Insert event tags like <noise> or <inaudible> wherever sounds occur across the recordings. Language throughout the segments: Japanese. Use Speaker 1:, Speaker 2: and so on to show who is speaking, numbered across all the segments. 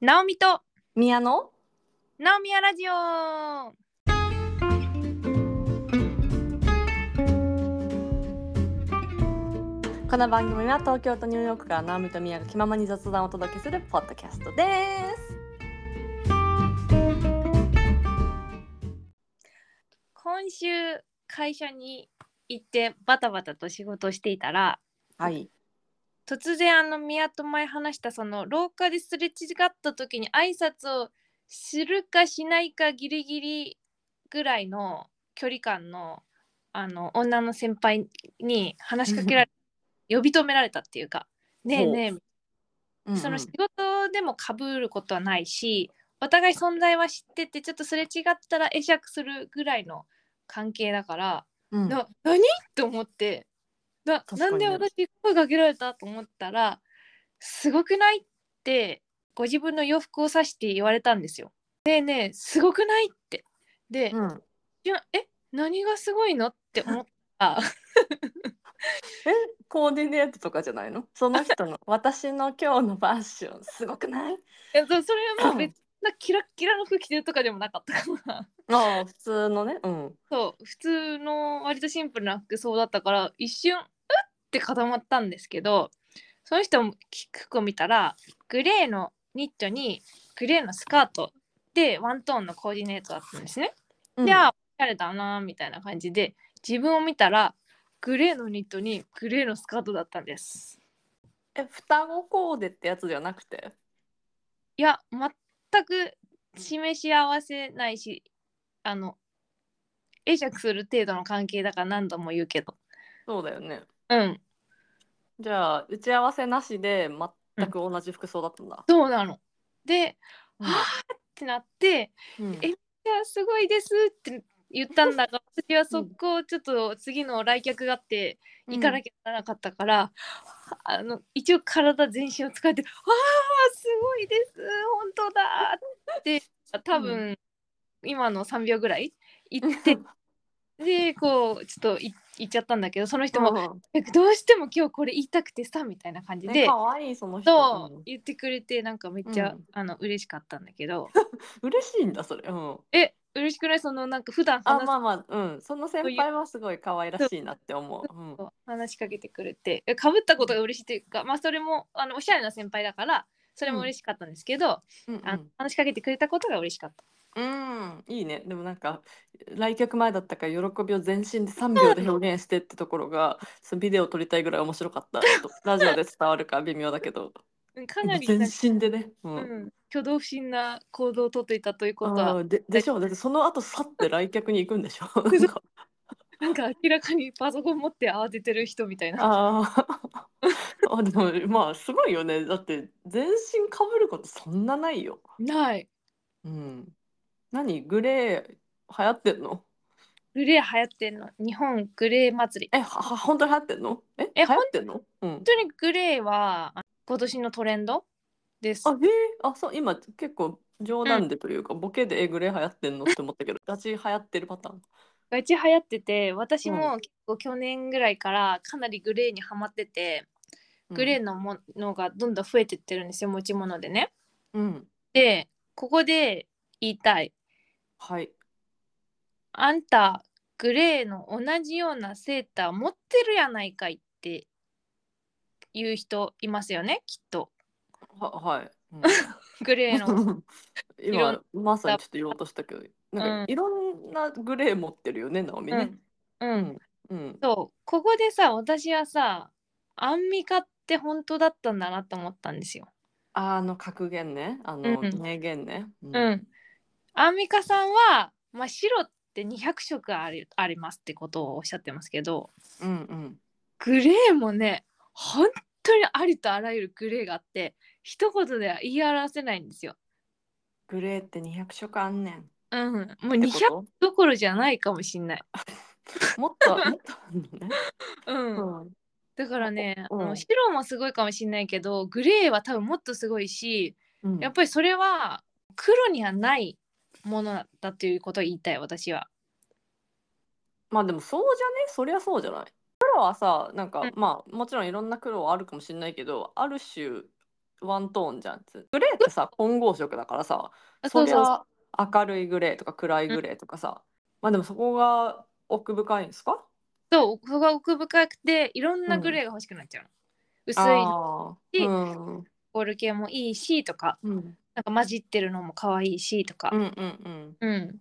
Speaker 1: ナオミと
Speaker 2: 宮野
Speaker 1: ナオミヤラジオ
Speaker 2: この番組は東京とニューヨークから直美と宮が気ままに雑談をお届けするポッドキャストです
Speaker 1: 今週会社に行ってバタバタと仕事をしていたら
Speaker 2: はい
Speaker 1: 突然あの宮と前話したその廊下ですれ違った時に挨拶をするかしないかギリギリぐらいの距離感のあの女の先輩に話しかけられ呼び止められたっていうか「ねえねえ」その仕事でもかぶることはないし、お互い存在は知っててちょっとすれ違ったら会釈するぐらいの関係だから、
Speaker 2: うん
Speaker 1: な何と思ってな
Speaker 2: 確か
Speaker 1: な
Speaker 2: に
Speaker 1: んで私声かけられたと思ったらすごくないってご自分の洋服を指して言われたんですよ。ねえねえすごくないって。で、
Speaker 2: うん
Speaker 1: い
Speaker 2: え
Speaker 1: やえ何がすごいのって思った。
Speaker 2: <laughs> コーディネートとかじゃないのその人の私の今日のファッションすごくない
Speaker 1: いやそそれはもう別なキラッキラの服着てるとかでもなかったから。
Speaker 2: <laughs> ああ普通のねうん
Speaker 1: そう普通の割とシンプルな服装だったから一瞬うっって固まったんですけどその人も服を見たらグレーのニットにグレーのスカートでワントーンのコーディネートだったんですね。
Speaker 2: うん
Speaker 1: であおしゃれだなみたいな感じで自分を見たらグレーのニットにグレーのスカートだったんです。
Speaker 2: え双子コーデってやつじゃなくて
Speaker 1: いや全く示し合わせないしあの会釈する程度の関係だから何度も言うけど
Speaker 2: そうだよね
Speaker 1: うん
Speaker 2: じゃあ打ち合わせなしで全く同じ服装だったんだ、
Speaker 1: そうなの。で、
Speaker 2: うん
Speaker 1: はあってなって
Speaker 2: うん
Speaker 1: え「じゃあすごいです」って言ったんだ <laughs> が私は速攻ちょっと次の来客があって行かなきゃならなかったから、あの一応体全身を使って「わあすごいです本当だ」って多分、今の3秒ぐらい行って <laughs> でこうちょっとい行っちゃったんだけどその人も
Speaker 2: も
Speaker 1: 「どうしても今日これ言いたくてさ」みたいな感じで。
Speaker 2: ね可愛いその人
Speaker 1: そう言ってくれてなんかめっちゃ、
Speaker 2: うん
Speaker 1: あの嬉しかったんだけど <laughs>
Speaker 2: うん嬉しいんだそれうん
Speaker 1: え嬉しくないそのなんか普段
Speaker 2: あ
Speaker 1: 話す
Speaker 2: まあまあうんその先輩はすごい可愛らしいなって思う、うん、
Speaker 1: 話しかけてくれてかぶったことが嬉しいというか、まあ、それもあのおしゃれな先輩だからそれも嬉しかったんですけど、
Speaker 2: うん
Speaker 1: あの話しかけてくれたことが嬉しかった
Speaker 2: うん、うん、いいねでもなんか来客前だったから喜びを全身で3秒で表現してってところがそのビデオ撮りたいぐらい面白かったちょっとラジオで伝わるか微妙だけど
Speaker 1: うんかなり
Speaker 2: 全
Speaker 1: なんか
Speaker 2: 身でね、うん
Speaker 1: うん、挙動不審な行動をとっていたということ
Speaker 2: あ
Speaker 1: は
Speaker 2: ーででしょだってその後去って来客に行くん
Speaker 1: <laughs>
Speaker 2: でしょ
Speaker 1: なんか明らかにパソコン持って慌ててる人みたいな
Speaker 2: あー <laughs> あでもまあすごいよねだって全身かぶることそんなないよ
Speaker 1: ない
Speaker 2: うん何グレー流行ってんの
Speaker 1: グレー流行ってんの日本グレー祭り
Speaker 2: え、は、は本当に流行ってんのえ、
Speaker 1: え
Speaker 2: 流行ってんのうん。
Speaker 1: 本当にグレーはあ今年のトレンドです
Speaker 2: あ、へえ、あ、そう、今結構冗談でというか、ボケでえぐれ流行ってんのって思
Speaker 1: <laughs>
Speaker 2: ったけど、ガチ流行ってるパターン。
Speaker 1: ガチ流行ってて私も結構去年ぐらいからかなりグレーにはまってて、グレー
Speaker 2: ー。
Speaker 1: のものがどんどん増えてってるんですよ持ち物でね。
Speaker 2: うん。
Speaker 1: でここで言いたい
Speaker 2: はい。
Speaker 1: あんたグレーの同じようなセーター持ってるやないかいっていう人いますよねきっと
Speaker 2: は、はい。うん
Speaker 1: グレーのい
Speaker 2: <laughs> 今まさにちょっと言おうとしたけど、なん
Speaker 1: うん
Speaker 2: かいろんなグレー持ってるよね、ナオミね。
Speaker 1: <laughs> うん、うん、
Speaker 2: うん。
Speaker 1: そうここでさ私はさアンミカって本当だったんだなと思ったんですよ。
Speaker 2: あの格言ね、あの
Speaker 1: うん
Speaker 2: 名言ね。うん
Speaker 1: うん、アンミカさんは、まあ、白って200色ありありますってことをおっしゃってますけど
Speaker 2: うんうん。
Speaker 1: グレーもね本当にありとあらゆるグレーがあって一言では言い表せないんですよ。
Speaker 2: グレーって200色あんねん。
Speaker 1: うん、もう
Speaker 2: って
Speaker 1: 200
Speaker 2: こ
Speaker 1: どころじゃないかもしんない。
Speaker 2: ともっと、もっとあんのね。
Speaker 1: うん、
Speaker 2: うん
Speaker 1: だからね、
Speaker 2: うん
Speaker 1: あの白もすごいかもしんないけどグレーは多分もっとすごいし
Speaker 2: うん
Speaker 1: やっぱりそれは黒にはないものだということを言いたい私は。
Speaker 2: まあでもそうじゃねそりゃそうじゃない黒はさなんか、
Speaker 1: うん
Speaker 2: まあもちろんいろんな黒はあるかもしれないけどある種ワントーンじゃんグレーってさ混合色だからさ
Speaker 1: あ
Speaker 2: そ
Speaker 1: そう
Speaker 2: り
Speaker 1: そう
Speaker 2: ゃ明るいグレーとか暗いグレーとかさ、まあでもそこが奥深いんですか
Speaker 1: そうそこが奥深くていろんなグレーが欲しくなっちゃうの、薄い
Speaker 2: あーうん
Speaker 1: ゴール系もいいしとか
Speaker 2: うん
Speaker 1: なんか混じってるのも可愛いしとか
Speaker 2: うんうん
Speaker 1: うん、
Speaker 2: うん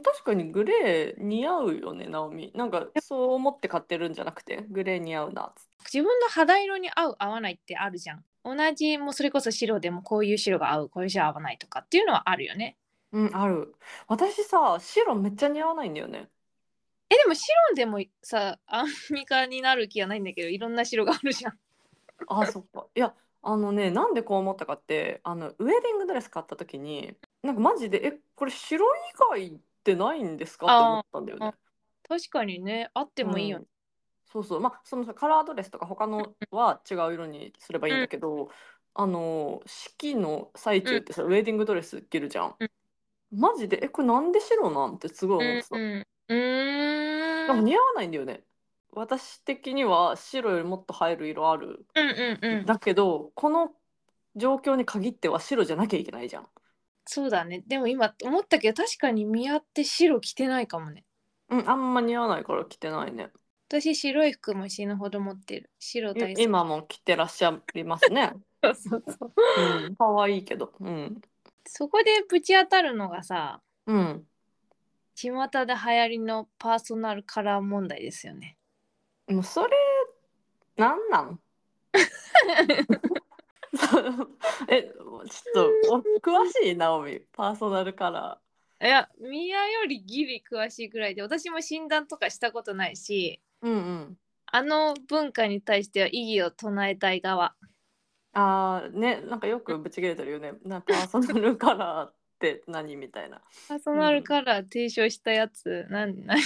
Speaker 2: 確かにグレー似合うよねナオミなんかそう思って買ってるんじゃなくてグレー似合うなっつって
Speaker 1: 自分の肌色に合う合わないってあるじゃん同じもうそれこそ白でもこういう白が合うこういう白合わないとかっていうのはあるよね
Speaker 2: うんある私さ白めっちゃ似合わないんだよね
Speaker 1: えでも白でもさアンミカになる気はないんだけどいろんな白があるじゃん <laughs>
Speaker 2: あそっかいやあのねなんでこう思ったかってあのウェディングドレス買った時になんかマジでえこれ白以外ってないんですかって思ったんだよね
Speaker 1: 確かにねあってもいいよ
Speaker 2: う
Speaker 1: ね
Speaker 2: ん、そうそうまあそのさカラードレスとか他のは違う色にすればいいんだけど、あの式の最中ってさ、ウェディングドレス着るじゃん、
Speaker 1: うん
Speaker 2: マジでえこれなんで白なんてすご
Speaker 1: う
Speaker 2: い思っ
Speaker 1: ん
Speaker 2: てた、
Speaker 1: うん
Speaker 2: なんか
Speaker 1: うん
Speaker 2: 似合わないんだよね私的には白よりもっと入る色ある、
Speaker 1: うんうん
Speaker 2: だけどこの状況に限っては白じゃなきゃいけないじゃん
Speaker 1: そうだねでも今思ったけど確かに見合って白着てないかもね
Speaker 2: うんあんま似合わないから着てないね
Speaker 1: 私白い服も死ぬほど持ってる白大
Speaker 2: い
Speaker 1: 好き
Speaker 2: 今も着てらっしゃいますね、
Speaker 1: そうそうそう
Speaker 2: うん、可愛いけどうん
Speaker 1: そこでぶち当たるのがさ
Speaker 2: うん
Speaker 1: 巷で流行りのパーソナルカラー問題ですよね。
Speaker 2: もうそれなんなん <laughs> えちょっとお詳しいナオミパーソナルカラ
Speaker 1: いや宮よりギリ詳しいぐらいで私も診断とかしたことないし
Speaker 2: ーうんうん
Speaker 1: あの文化に対しては異議を唱えたい側
Speaker 2: あーねなんかよくぶち切れてるよねなパーソナルカラーって何みたいな
Speaker 1: パーソナルカラー提唱したやつ何 <laughs> 何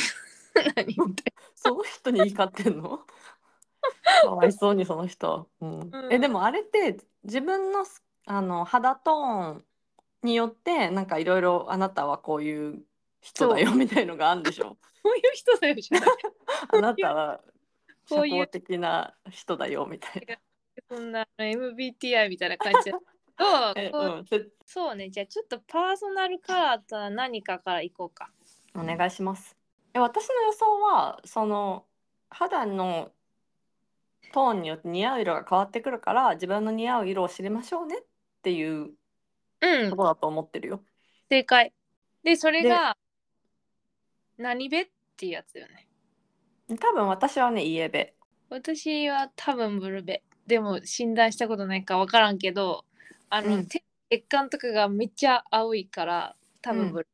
Speaker 1: 何みたい
Speaker 2: その人に怒ってんの <laughs> かわいそうにその人、うん
Speaker 1: う、ん
Speaker 2: えでもあれって自分のすあの肌トーンによってなんかいろいろあなたはこういう人だよみたいのがあるんで
Speaker 1: <laughs>
Speaker 2: しょ
Speaker 1: こういう人だよじゃなくて
Speaker 2: あなたは社
Speaker 1: こういう
Speaker 2: 交的な人だよみたい
Speaker 1: そんなあの MBTI みたいな感じだ <laughs> と
Speaker 2: な。え
Speaker 1: こう
Speaker 2: うん、せ
Speaker 1: そうねじゃあちょっとパーソナルカラーとは何かからいこうか。
Speaker 2: お願いします。え私の予想はその肌のトーンによって似合う色が変わってくるから自分の似合う色を知りましょうねっていう
Speaker 1: うん
Speaker 2: ところだと思ってるよ。
Speaker 1: 正解。でそれ
Speaker 2: で
Speaker 1: が何べっていうやつよね。
Speaker 2: 多分私はねイエベ。
Speaker 1: 私は多分ブルベでも診断したことないから分からんけどあの、
Speaker 2: うん
Speaker 1: 手血管とかがめっちゃ青いから多分ブル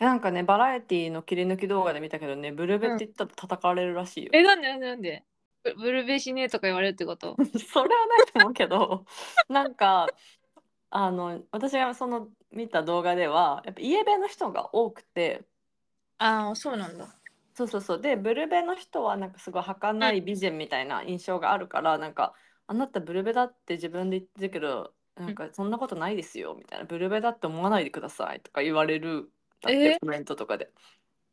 Speaker 2: なんかねバラエティの切り抜き動画で見たけどねブルベって言ったら叩かれるらしいよ。
Speaker 1: ベ、えなんでなんでなんでブブルベしねえとか言われるってこと
Speaker 2: <laughs> それはないと思うけど <laughs> なんかあの私がその見た動画ではやっぱイエベの人が多くて
Speaker 1: ああそうなんだ
Speaker 2: そうそうそうでブルベの人はなんかすごい儚い美人みたいな印象があるからなんか「あなたブルベだって自分で言ってるけどなんかそんなことないですよ」みたいな「ブルベだって思わないでください」とか言われるだって、
Speaker 1: えー
Speaker 2: コメントとかで。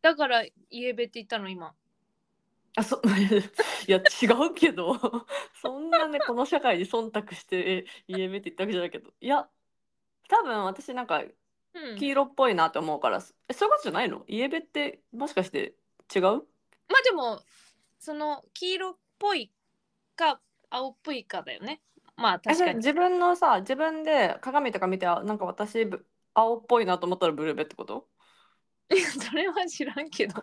Speaker 1: だからイエベって言ったの今
Speaker 2: あそ <laughs> いや違うけど <laughs> そんなねこの社会に忖度してイエベって言ったわけじゃないけどいや多分私なんか
Speaker 1: うん
Speaker 2: 黄色っぽいなと思うから、えそういうことじゃないのイエベってもしかして違う
Speaker 1: まあでもその黄色っぽいか青っぽいかだよねまあ
Speaker 2: え
Speaker 1: 確か
Speaker 2: それ
Speaker 1: に
Speaker 2: 自分のさ自分で鏡とか見てあなんか私ぶ青っぽいなと思ったらブルベってこと
Speaker 1: <laughs> それは知らんけど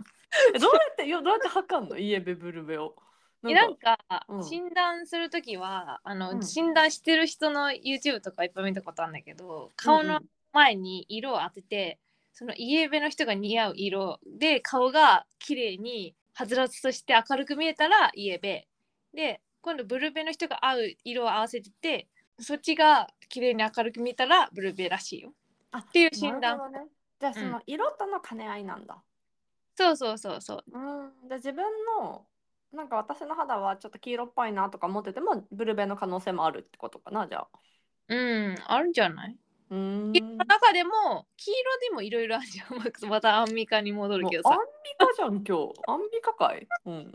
Speaker 2: えどうやってよどうやって測んのイエベブルベをなん
Speaker 1: え
Speaker 2: か
Speaker 1: なんか
Speaker 2: うん
Speaker 1: 診断するときは、あの
Speaker 2: うん
Speaker 1: 診断してる人の YouTube とかいっぱい見たことあるんだけど顔
Speaker 2: うんう
Speaker 1: の
Speaker 2: ん
Speaker 1: 前に色を当てて、そのイエベの人が似合う色で顔が綺麗にはつらつとして明るく見えたらイエベで今度ブルベの人が合う色を合わせててそっちが綺麗に明るく見えたらブルベらしいよ
Speaker 2: あ
Speaker 1: っていう診
Speaker 2: なる
Speaker 1: 断
Speaker 2: ほどねじゃあその色との兼ね合いなんだ、
Speaker 1: そうそうそうそう
Speaker 2: うん、で自分のなんか私の肌はちょっと黄色っぽいなとか思っててもブルベの可能性もあるってことかなじゃあ。
Speaker 1: うんあるんじゃないう
Speaker 2: ーん
Speaker 1: 黄色の中でも黄色でもいろいろあるじゃん <laughs> またまたアンミカに戻る
Speaker 2: もう
Speaker 1: けど
Speaker 2: ア
Speaker 1: さ
Speaker 2: ンビカじゃん今日アンビカかい、うん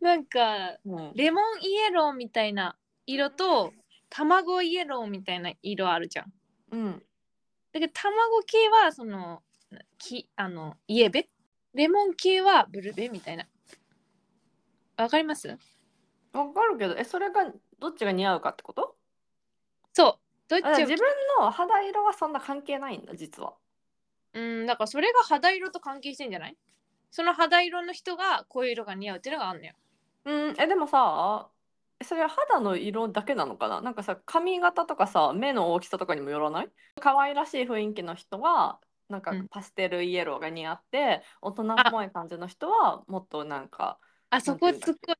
Speaker 1: なんか
Speaker 2: うん、
Speaker 1: レモンイエローみたいな色と卵イエローみたいな色あるじゃん。
Speaker 2: うん
Speaker 1: だけど卵系はそのきあのイエベレモン系はブルベみたいな。わかります
Speaker 2: わかるけどえそれがどっちが似合うかってこと
Speaker 1: そう。どっ
Speaker 2: あ
Speaker 1: ち
Speaker 2: 自分の肌色はそんな関係ないんだ実は
Speaker 1: うんだからそれが肌色と関係してんじゃないその肌色の人がこういう色が似合うっていうのがあんのよ。
Speaker 2: うんえでもさえそれは肌の色だけなのかななんかさ髪型とかさ目の大きさとかにもよらない可愛らしい雰囲気の人はなんか
Speaker 1: うん
Speaker 2: パステルイエローが似合って、大人っぽい感じの人はもっとなんか
Speaker 1: あそこ突っ込んじゃ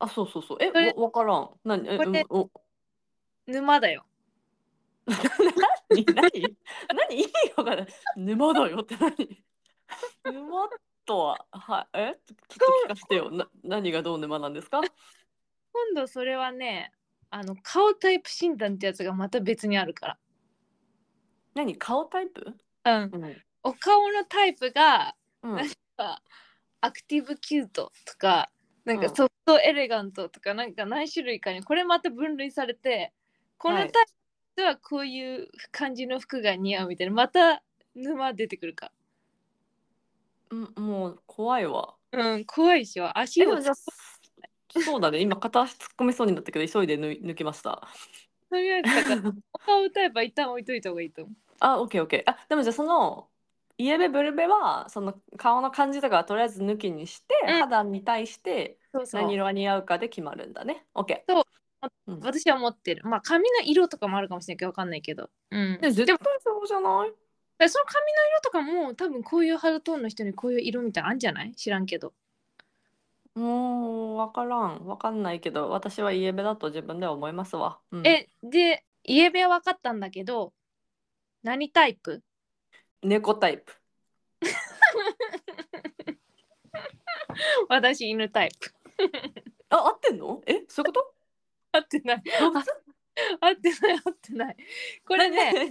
Speaker 2: あそうそうそうえ
Speaker 1: それ
Speaker 2: わ分からん何え
Speaker 1: これ
Speaker 2: うんお
Speaker 1: う沼だよ。
Speaker 2: 何何 <laughs> 何意味わからない沼だよって何沼とははえちょっと聞かせてよな何がどう沼なんですか
Speaker 1: 今度それはねあの顔タイプ診断ってやつがまた別にあるか
Speaker 2: 何顔タイプ、
Speaker 1: ら。うん。
Speaker 2: うん
Speaker 1: お顔のタイプが
Speaker 2: うん、
Speaker 1: かアクティブキュートとかなんか
Speaker 2: うん
Speaker 1: ソフトエレガントとかなんか何種類かにこれまた分類されてこのタ
Speaker 2: は
Speaker 1: イ
Speaker 2: い
Speaker 1: プではこういう感じの服が似合うみたいなまた沼出てくるか
Speaker 2: うんもう怖いわ
Speaker 1: うん怖いでしょ足
Speaker 2: えで
Speaker 1: を
Speaker 2: もじ
Speaker 1: 突
Speaker 2: ゃ
Speaker 1: っ
Speaker 2: あそうだね今片足突っ込みそうになったけど急いで抜抜きました
Speaker 1: 込み上げたから
Speaker 2: <laughs>
Speaker 1: お顔タイプは一旦置いといた方がいいと思う
Speaker 2: あオッケーオッケーあでもじゃあそのイエベブルベはその顔の感じとかはとりあえず抜きにして、
Speaker 1: うん
Speaker 2: 肌に対して
Speaker 1: そうそう
Speaker 2: 何色が似合うかで決まるんだねオッケー
Speaker 1: 私は持ってるまあ髪の色とかもあるかもしれないけどわかんないけどうんでも
Speaker 2: でも
Speaker 1: そ
Speaker 2: 絶
Speaker 1: の
Speaker 2: 対そうじゃない
Speaker 1: 髪の色とかも多分こういう肌トーンの人にこういう色みたいなのあんじゃない知らんけど
Speaker 2: うーん、わからん、わかんないけど、私はイエベだと自分では思いますわ。うん、
Speaker 1: えでイエベは分かったんだけど何タイプ <laughs>
Speaker 2: 猫タイプ。
Speaker 1: 私犬タイプ
Speaker 2: あ、合ってんの？え、そういう <laughs> こと？
Speaker 1: 合ってない
Speaker 2: 動物
Speaker 1: 合ってない合ってないこれね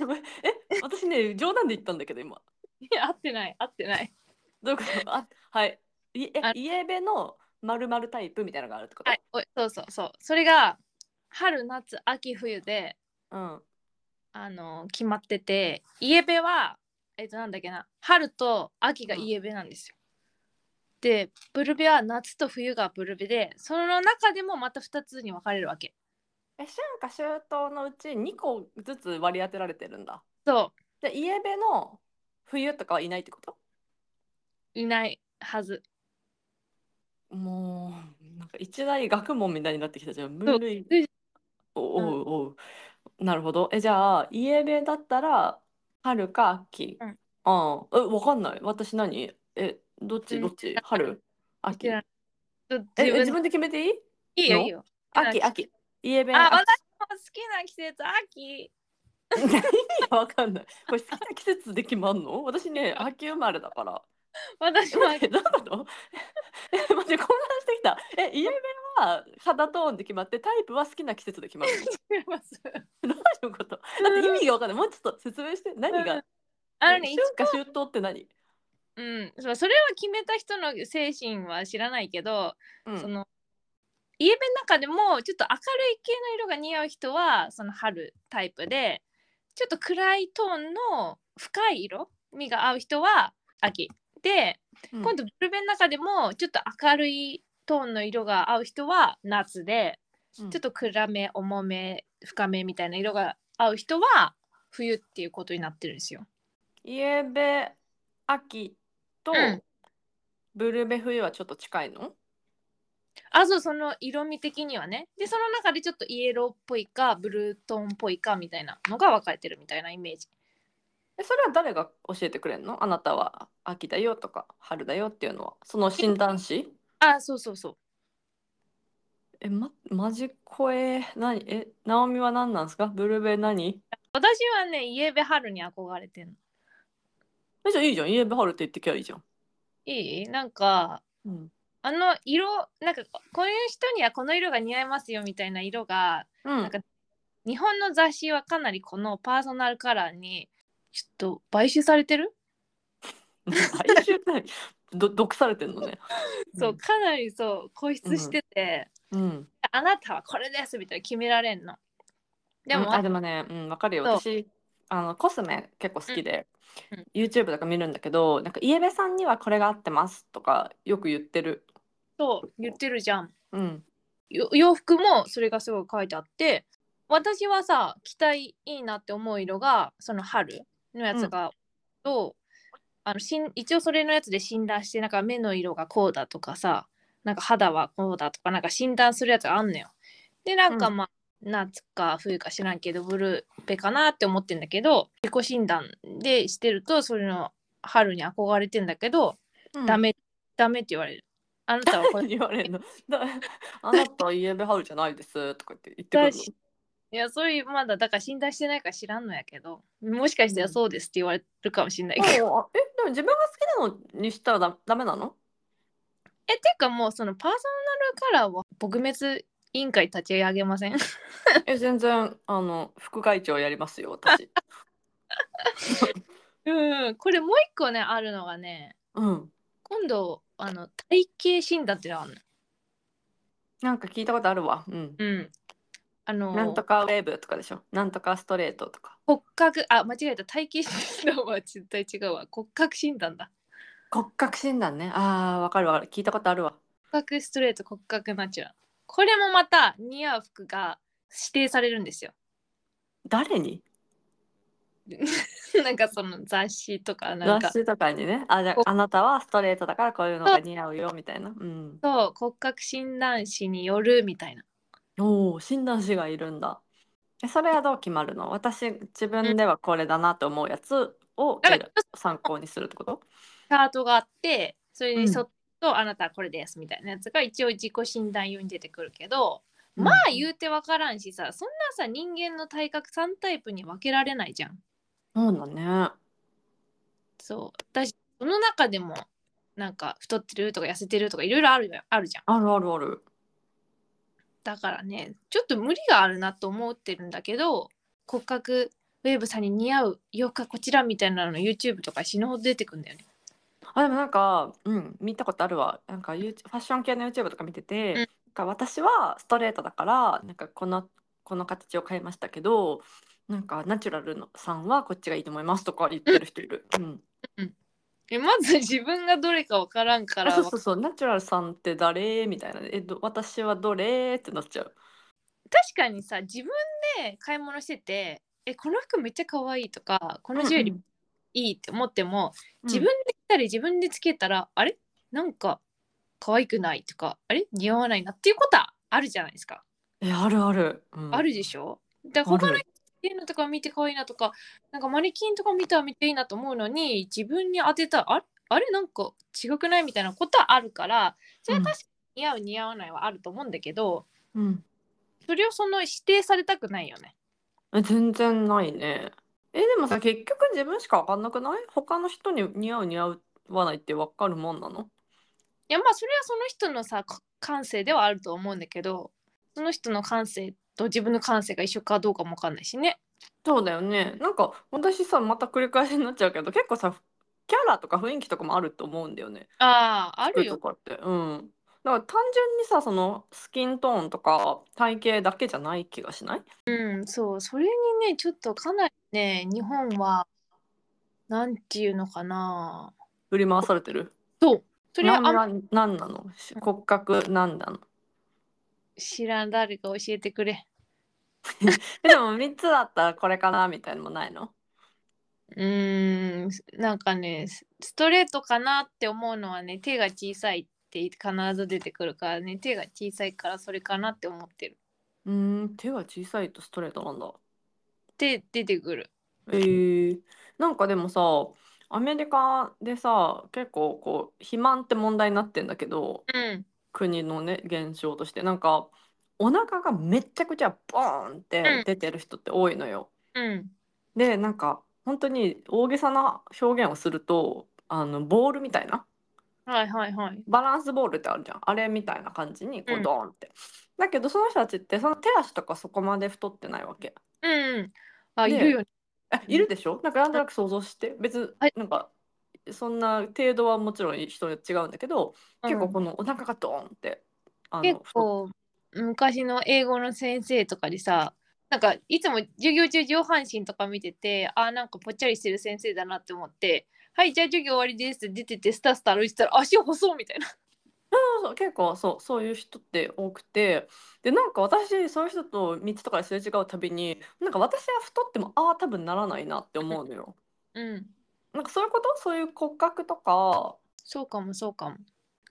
Speaker 2: え、私ね、冗談で言ったんだけど今。
Speaker 1: い <laughs> や合ってない合ってない
Speaker 2: どういう
Speaker 1: <laughs>
Speaker 2: こと？あ、はい。いえ
Speaker 1: あ、
Speaker 2: イエベのまるまるタイプみたいなのがあるってこと？
Speaker 1: はいおそうそうそうそれが春夏秋冬で
Speaker 2: うん。
Speaker 1: あの決まっててイエベはえっとなんだっけな春と秋がイエベなんですよ、でブルベは夏と冬がブルベでその中でもまた2つに分かれるわけ
Speaker 2: え、春夏秋冬のうち二個ずつ割り当てられてるんだ。
Speaker 1: そ
Speaker 2: じゃあイエベの冬とかはいないってこと？
Speaker 1: ういないはず
Speaker 2: もうなんか一大学問みたいになってきたじゃん分類
Speaker 1: で
Speaker 2: おおうおうなるほどえじゃあイエベだったら春か秋
Speaker 1: うん
Speaker 2: ああえわかんない私何えどっ
Speaker 1: う
Speaker 2: ち
Speaker 1: ん
Speaker 2: どっち春秋
Speaker 1: 知ら
Speaker 2: え
Speaker 1: んちょ
Speaker 2: え
Speaker 1: 自
Speaker 2: 自
Speaker 1: 分
Speaker 2: 分で決めていい
Speaker 1: いいよいいよ
Speaker 2: 秋秋イエベ
Speaker 1: あ、
Speaker 2: 秋
Speaker 1: 私も好きな季節秋。
Speaker 2: 何がわかんないこれ好きな季節で決まんの私ね秋生まれだから
Speaker 1: 私
Speaker 2: え
Speaker 1: も
Speaker 2: 待っ
Speaker 1: 秋
Speaker 2: てどういうこと <laughs> え待って混乱してきたえイエベは肌トーンで決まってタイプは好きな季節で決まるの
Speaker 1: ます。
Speaker 2: <laughs> どういうことだって意味が分かんない。もうちょっと説明して。何
Speaker 1: うん
Speaker 2: が
Speaker 1: あのね、一
Speaker 2: 春夏秋冬って何
Speaker 1: うん、そうそれは決めた人の精神は知らないけど、
Speaker 2: うん
Speaker 1: そのイエベの中でもちょっと明るい系の色が似合う人はその春タイプで、ちょっと暗いトーンの深い色味が合う人は秋。で、
Speaker 2: うん
Speaker 1: 今度ブルベの中でもちょっと明るいトーンの色が合う人は夏で、
Speaker 2: うん
Speaker 1: ちょっと暗め重め深めみたいな色が合う人は冬っていうことになってるんですよ。
Speaker 2: イエベ秋と
Speaker 1: うん
Speaker 2: ブルベ冬はちょっと近いの
Speaker 1: あそうその色味的にはねでその中でちょっとイエローっぽいかブルートーンっぽいかみたいなのが分かれてるみたいなイメージ。
Speaker 2: えそれは誰が教えてくれるのあなたは秋だよとか春だよっていうのはその診断士
Speaker 1: あそうそうそう。
Speaker 2: えまマジ声何えナオミは何なんですかブルベ何
Speaker 1: 私はねイエベ春に憧れてんの。
Speaker 2: えじゃあいいじゃんイエベ春って言ってきゃいいじゃん、
Speaker 1: いいなんか
Speaker 2: うん
Speaker 1: あの色なんかこういう人にはこの色が似合いますよみたいな色が
Speaker 2: うん、 <laughs>
Speaker 1: なんか日本の雑誌はかなりこのパーソナルカラーにちょっと買収されてる
Speaker 2: 毎週何ど毒されてんのね
Speaker 1: そうかなりそう固執してて、
Speaker 2: うん、うん
Speaker 1: あなたはこれですみたいな決められんの。で
Speaker 2: う
Speaker 1: も、
Speaker 2: んあでもね、うん、わかるよ
Speaker 1: そう
Speaker 2: 私あのコスメ結構好きで、
Speaker 1: うん
Speaker 2: YouTube とか見るんだけどなんかイエベさんにはこれが合ってますとかよく言ってる
Speaker 1: そう言ってるじゃん
Speaker 2: うん
Speaker 1: よ洋服もそれがすごい書いてあって私はさ着たいいいなって思う色がその春のやつが、とあのしん一応それのやつで診断してなんか目の色がこうだとかさなんか肌はこうだとかなんか診断するやつがあんのよ。でなんか
Speaker 2: うん
Speaker 1: まあ、夏か冬か知らんけどブルベかなって思ってんだけど自己診断でしてるとそれの春に憧れてんだけど、ダメダメって言われる。あなたはこれ
Speaker 2: 言われんのだあなたイエベハウじゃないですとかって言ってくる
Speaker 1: だしいやそういうまだだから診断してないから知らんのやけどもしかしたらそうですって言われるかもしれないけど、えっ
Speaker 2: のもうあえでも自分が好きなのにしたらダダメなの
Speaker 1: ていうかもうそのパーソナルカラーは撲滅委員会立ち上げません
Speaker 2: え全然あの副会長やります
Speaker 1: <laughs>
Speaker 2: よ私
Speaker 1: うんこれもう一個ねあるのがね
Speaker 2: うん
Speaker 1: 今度あの体型診断ってのがあるの
Speaker 2: なんか聞いたことあるわうん
Speaker 1: うんあの
Speaker 2: なんとかウェーブとかでしょなんとかストレートとか
Speaker 1: 骨格あ間違えた体型診断は絶対違うわ骨格診断だ
Speaker 2: 骨格診断ねあーわかるわかる聞いたことあるわ
Speaker 1: 骨格ストレート骨格ナチュラルこれもまた似合う服が指定されるんですよ
Speaker 2: 誰に
Speaker 1: <laughs> なんかその雑誌とかなんか
Speaker 2: 雑誌とかにねあじゃああなたはストレートだからこういうのが似合うよみたいな、うん、
Speaker 1: そう骨格診断士によるみたいな
Speaker 2: おお診断士がいるんだえそれはどう決まるの私自分ではこれだなと思うやつを
Speaker 1: だか
Speaker 2: 選
Speaker 1: ら
Speaker 2: 参考にするってこと
Speaker 1: チャートがあってそれに沿って、あなたはこれですみたいなやつが一応自己診断用に出てくるけどまあ言うて分からんしさそんなさ人間の体格3タイプに分けられないじゃん
Speaker 2: そうだね
Speaker 1: そう私その中でもなんか太ってるとか痩せてるとかいろいろあるよあるじゃん
Speaker 2: あるあるある
Speaker 1: だからねちょっと無理があるなと思ってるんだけど骨格ウェーブさんに似合う洋服はこちらみたいなの YouTube とか死ぬほど出てくんだよね
Speaker 2: あでもなんかうん見たことあるわなんか YouTube ファッション系の YouTube とか見てて、
Speaker 1: うん
Speaker 2: なんか私はストレートだからなんかこのこの形を変えましたけどなんかナチュラルのさんはこっちがいいと思いますとか言ってる人いる、うん、
Speaker 1: えまず自分がどれか分からんか
Speaker 2: あ
Speaker 1: ら
Speaker 2: そうそうそうナチュラルさんって誰みたいなえど私はどれってなっちゃう
Speaker 1: 確かにさ自分で買い物しててえこの服めっちゃ可愛いとかこのジュエリーいいって思っても、自分で着たり自分でつけたら、あれなんか可愛くないとかあれ似合わないなっていうことはあるじゃないですか、
Speaker 2: えあるある、うん
Speaker 1: あるでしょだから
Speaker 2: あ
Speaker 1: 他
Speaker 2: る
Speaker 1: の人っていうのとか見て可愛いなとかなんかマネキンとか見たら見ていいなと思うのに自分に当てたらあれあれなんか違くないみたいなことはあるからそれは確かに似合う似合わないはあると思うんだけど、
Speaker 2: うん
Speaker 1: それをその指定されたくないよね。
Speaker 2: え全然ないねえでもさ結局自分しか分かんなくない他の人に似合う似合わないって分かるもんなの
Speaker 1: いやまあそれはその人のさか感性ではあると思うんだけどその人の感性と自分の感性が一緒かどうかもわかんないしね。
Speaker 2: そうだよねなんか私さまた繰り返しになっちゃうけど結構さキャラとか雰囲気とかもあると思うんだよね
Speaker 1: あああ
Speaker 2: 服
Speaker 1: る
Speaker 2: と
Speaker 1: よ。
Speaker 2: かってうんだから単純にさそのスキントーンとか体型だけじゃない気がしない
Speaker 1: うんそうそれにねちょっとかなりね日本はなんていうのかな
Speaker 2: 振り回されてる
Speaker 1: そうそれはあんま
Speaker 2: なんなんなんなのし骨格なんなの
Speaker 1: 知らん誰か教えてくれ。
Speaker 2: えでも3つだったらこれかなみたいなのもないの
Speaker 1: うーんなんかねスストレートかなって思うのはね手が小さいって必ず出てくるからね手が小さいからそれかなって思ってる。
Speaker 2: うーん手が小さいとストレートなんだ
Speaker 1: で出てくる。
Speaker 2: えー、なんかでもさアメリカでさ結構こう肥満って問題になってんだけど
Speaker 1: うん。
Speaker 2: 国のね現象としてなんかお腹がめっちゃくちゃボーンって出てる人って多いのよ。
Speaker 1: うん。
Speaker 2: でなんか本当に大げさな表現をするとあのボールみたいな
Speaker 1: はいはいはい。
Speaker 2: バランスボールってあるじゃんあれみたいな感じにこ
Speaker 1: う
Speaker 2: うんドーンって。だけどその人たちってその手足とかそこまで太ってないわけ。
Speaker 1: うんうん。あ、
Speaker 2: ね
Speaker 1: いるよね。
Speaker 2: えいるでしょなんかなんとなく想像して別に
Speaker 1: はい
Speaker 2: なんかそんな程度はもちろん人によって違うんだけど、結構このお腹がドーンってあ
Speaker 1: う
Speaker 2: の
Speaker 1: ん結
Speaker 2: 太っ
Speaker 1: 構昔の英語の先生とかでさ、なんかいつも授業中上半身とか見ててあーなんかぽっちゃりしてる先生だなって思って「はいじゃあ授業終わりです」って出てってスタスタ歩いてたら足細っみたいな。
Speaker 2: そうそう結構そうそういう人って多くてでなんか私そういう人と道とかですれ違うたびになんか私は太ってもああ多分ならないなって思うの <laughs> よ。
Speaker 1: うん
Speaker 2: なんかそういうことそういう骨格とか
Speaker 1: そうかもそうかも。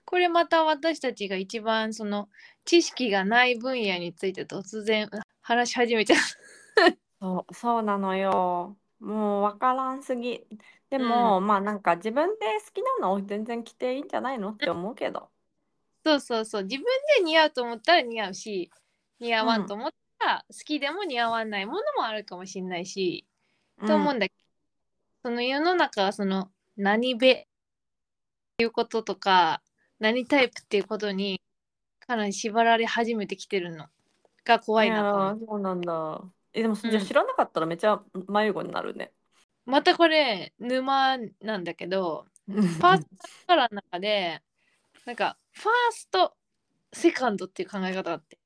Speaker 1: これまた私たちが一番その知識がない分野について突然話し始めちゃう。 <laughs>
Speaker 2: そう、そうなのよ。もう分からんすぎ。でも、まあなんか自分で好きなのを全然着ていいんじゃないのって思うけど。
Speaker 1: そうそうそう自分で似合うと思ったら似合うし似合わんと思ったら好きでも似合わないものもあるかもしれないし、と思うんだけどその世の中はその何べっていうこととか何タイプっていうことにかなり縛られ始めてきてるのが怖いなと思
Speaker 2: や
Speaker 1: う
Speaker 2: ーそうなんだ。え、でもじゃあ
Speaker 1: うん
Speaker 2: 知らなかったらめちゃ迷子になるね。
Speaker 1: またこれ沼なんだけどパーソナルカラーの中でなんかファーストセカンドっていう考え方があって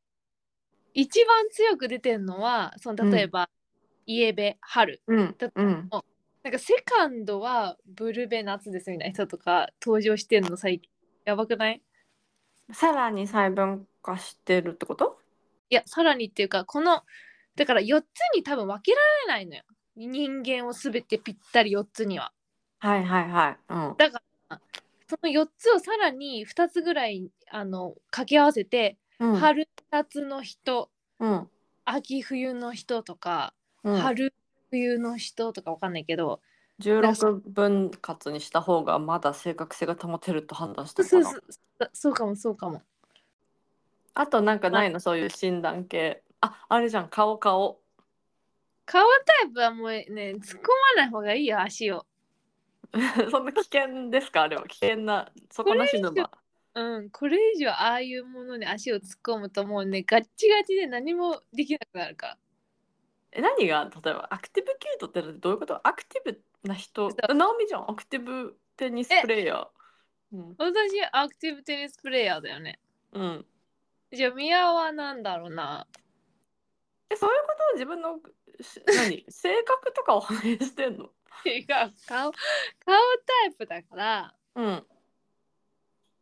Speaker 1: 一番強く出てるのはその例えば、イエベ春
Speaker 2: うん
Speaker 1: だっ
Speaker 2: うん。
Speaker 1: なんかセカンドはブルベ夏ですみたいな人とか登場してんの最近やばくない
Speaker 2: さらに細分化してるってこと
Speaker 1: いやさらにっていうかこのだから4つに多分分けられないのよ人間を全てぴったり4つには。
Speaker 2: はいはいはい。うん。
Speaker 1: その4つをさらに2つぐらいあの掛け合わせて、
Speaker 2: うん、
Speaker 1: 春夏の人
Speaker 2: うん、
Speaker 1: 秋冬の人とか、
Speaker 2: うん。
Speaker 1: 春冬の人とかわかんないけど、
Speaker 2: 16分割にした方がまだ正確性が保てると判断したの
Speaker 1: そう
Speaker 2: か
Speaker 1: そ
Speaker 2: な。
Speaker 1: うそうそうかもそうかも
Speaker 2: あとなんかないのそういう診断系。あ、あれじゃん、顔顔。 <laughs>
Speaker 1: 顔タイプはもうね突っ込まない方がいいよ足を
Speaker 2: そんな危険ですかあれは危険な底なし沼。
Speaker 1: うんこれ以上ああいうものに足を突っ込むともうねガッチガチで何もできなくなるから
Speaker 2: え何が例えばアクティブキュートってどういうことアクティブな人
Speaker 1: そ
Speaker 2: ナオミじゃんアクティブテニスプレイヤー。うん、
Speaker 1: 私アクティブテニスプレイヤーだよね
Speaker 2: うん、
Speaker 1: じゃあ宮はなんだろうな <laughs>
Speaker 2: えそういうことを自分のし何性格とかを反映してんの
Speaker 1: 違う顔顔タイプだから
Speaker 2: うん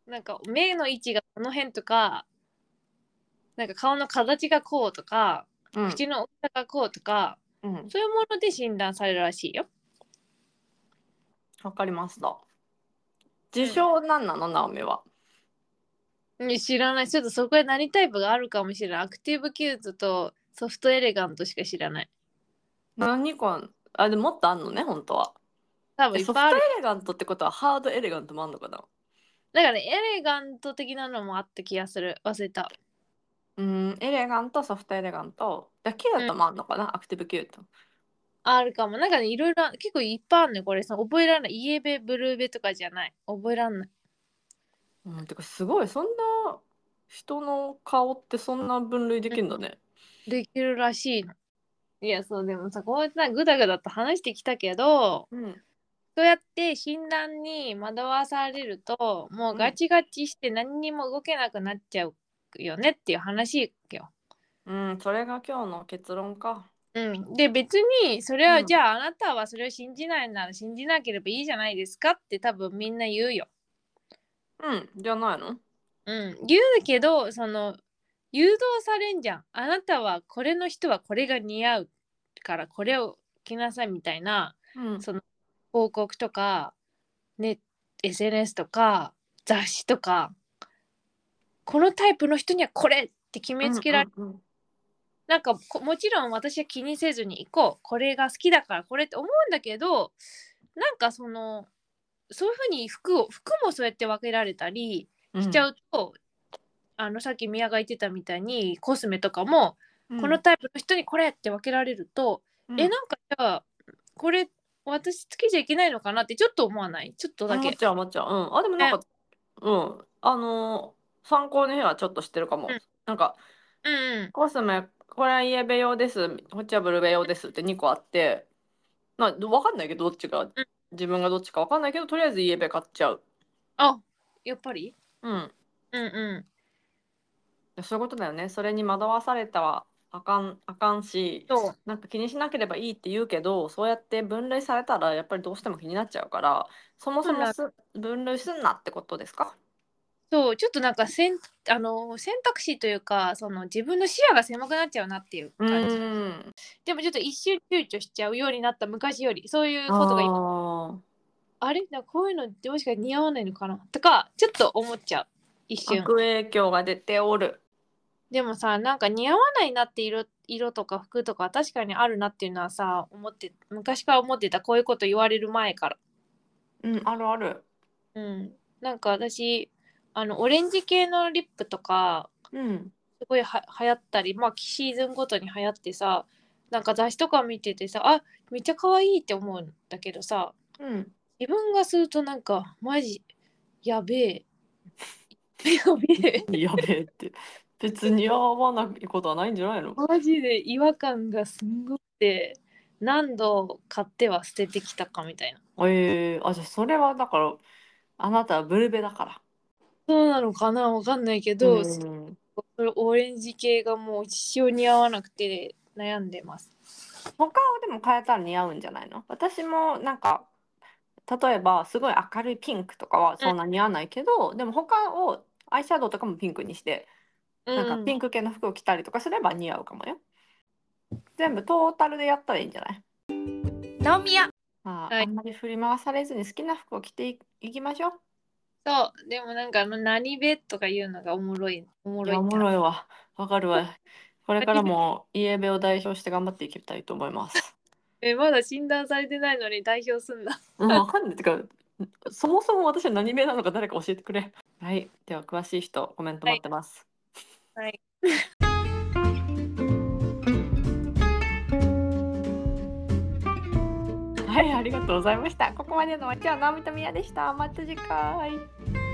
Speaker 1: なんか目の位置がこの辺とかなんか顔の形がこうとか
Speaker 2: うん
Speaker 1: 口の大きさがこうとか、
Speaker 2: うん
Speaker 1: そういうもので診断されるらしいよ。
Speaker 2: わかりました。自称なんなのナオミは。
Speaker 1: ね知らないちょっとそこへ何タイプがあるかもしれないアクティブキュートとソフトエレガントしか知らない
Speaker 2: 何個あでももっとあんのね本当は。
Speaker 1: 多分い
Speaker 2: え
Speaker 1: っ
Speaker 2: ソフ
Speaker 1: ぱい
Speaker 2: ト
Speaker 1: ある
Speaker 2: エレガントってことはハードエレガントもあんのかな
Speaker 1: だから、ね、エレガント的なのもあった気がする忘れた
Speaker 2: うん、エレガント、ソフトエレガント。だけだともあるのかな、アクティブキュート。
Speaker 1: あるかもなんかねいろいろ結構いっぱいあるねこれさ覚えられないイエベブルーベとかじゃない覚えらんない
Speaker 2: うん、てかすごい、そんな人の顔ってそんな分類できるんだね。
Speaker 1: できるらしいのいやそうでもさこうやってなグダグダと話してきたけど
Speaker 2: うん。
Speaker 1: そうやって診断に惑わされるともうガチガチして何にも動けなくなっちゃうよねっていう話よ。
Speaker 2: うん、それが今日の結論か。
Speaker 1: うん、で別にそれは、
Speaker 2: うん
Speaker 1: じゃああなたはそれを信じないなら信じなければいいじゃないですかって多分みんな言うよ。
Speaker 2: うん、じゃないの
Speaker 1: うん、言うけどその誘導されんじゃん。あなたはこれの人はこれが似合うからこれを着なさいみたいな
Speaker 2: うん。
Speaker 1: その広告とか、ね、SNS とか雑誌とかこのタイプの人にはこれって決めつけられる、
Speaker 2: うんうんうん
Speaker 1: なんかこもちろん私は気にせずに行こうこれが好きだからこれって思うんだけどなんかそのそういうふうに服を服もそうやって分けられたりしちゃ
Speaker 2: う
Speaker 1: うと、あのさっき宮が言ってたみたいにコスメとかも、
Speaker 2: ん。
Speaker 1: このタイプの人にこれって分けられると
Speaker 2: うん、
Speaker 1: えなんかじゃあこれ私つけちゃいけないのかなってちょっと思わないちょっとだ
Speaker 2: 思っ
Speaker 1: け
Speaker 2: ちゃう、思っちゃう。うん。あ、でもなんか、うん。あのー参考にはちょっとしてるかも。
Speaker 1: うん
Speaker 2: なんか、
Speaker 1: うんうん
Speaker 2: コスメ、これはイエベ用です、こっちはブルベ用ですって2個あって、まあ、分かんないけど、どっちが、自分がどっちか分かんないけど、とりあえずイエベ買っちゃう。
Speaker 1: あやっぱり
Speaker 2: うん。
Speaker 1: うんうん
Speaker 2: そういうことだよね。それに惑わされたあかんあかんし
Speaker 1: そう
Speaker 2: なんか気にしなければいいって言うけどそうやって分類されたらやっぱりどうしても気になっちゃうからそもそもす分類すんなってことですか
Speaker 1: そうちょっとなんかせんあの選択肢というかその自分の視野が狭くなっちゃうなっていう
Speaker 2: う
Speaker 1: 感じ、
Speaker 2: ん
Speaker 1: でもちょっと一瞬躊躇しちゃうようになった昔よりそういうことが今
Speaker 2: あー
Speaker 1: あれなんかこういうのってもしかして似合わないのかなとかちょっと思っちゃう一瞬
Speaker 2: 悪影響が出ておる
Speaker 1: でもさなんか似合わないなって色色とか服とか確かにあるなっていうのはさ思って昔から思ってたこういうこと言われる前から
Speaker 2: うんあるある
Speaker 1: うんなんか私あのオレンジ系のリップとか
Speaker 2: うん
Speaker 1: すごいは流行ったりまあシーズンごとに流行ってさなんか雑誌とか見ててさあめっちゃ可愛いって思うんだけどさ
Speaker 2: うん
Speaker 1: 自分がするとなんかマジやべえ <laughs> やべえ
Speaker 2: やべえって別に合わないことはないんじゃないの
Speaker 1: マジで違和感がすんごくて何度買っては捨ててきたかみたいな
Speaker 2: ええあじゃあそれはだからあなたはブルベだから
Speaker 1: そうなのかなわかんないけど、
Speaker 2: ん
Speaker 1: それオレンジ系がもう一生似合わなくて悩んでます
Speaker 2: 他をでも変えたら似合うんじゃないの私もなんか例えばすごい明るいピンクとかはそんな似合わないけど、でも他をアイシャドウとかもピンクにしてなんかピン
Speaker 1: ク
Speaker 2: ク系の服を着たりとかすれば似合うかもよ、全部トータルでやったらいいんじゃない、
Speaker 1: 飲み屋
Speaker 2: まあ
Speaker 1: はい
Speaker 2: あんまり振り回されずに好きな服を着ていいきましょう
Speaker 1: そうでもなんかあの何べとか言うのがおもろいおも
Speaker 2: い
Speaker 1: ろい
Speaker 2: やおもろ
Speaker 1: い
Speaker 2: いわわかるわこれからもイエベを代表して頑張っていきたいと思います
Speaker 1: えまだ診断されてないのに代表すんだ
Speaker 2: <laughs> うん、わかんない。てか、そもそも私は何名なのか誰か教えてくれ。はい。では、詳しい人、コメント待ってます。
Speaker 1: はい
Speaker 2: はい、ありがとうございました。ここまでのお相手は、ナオミとミヤでした。また次回。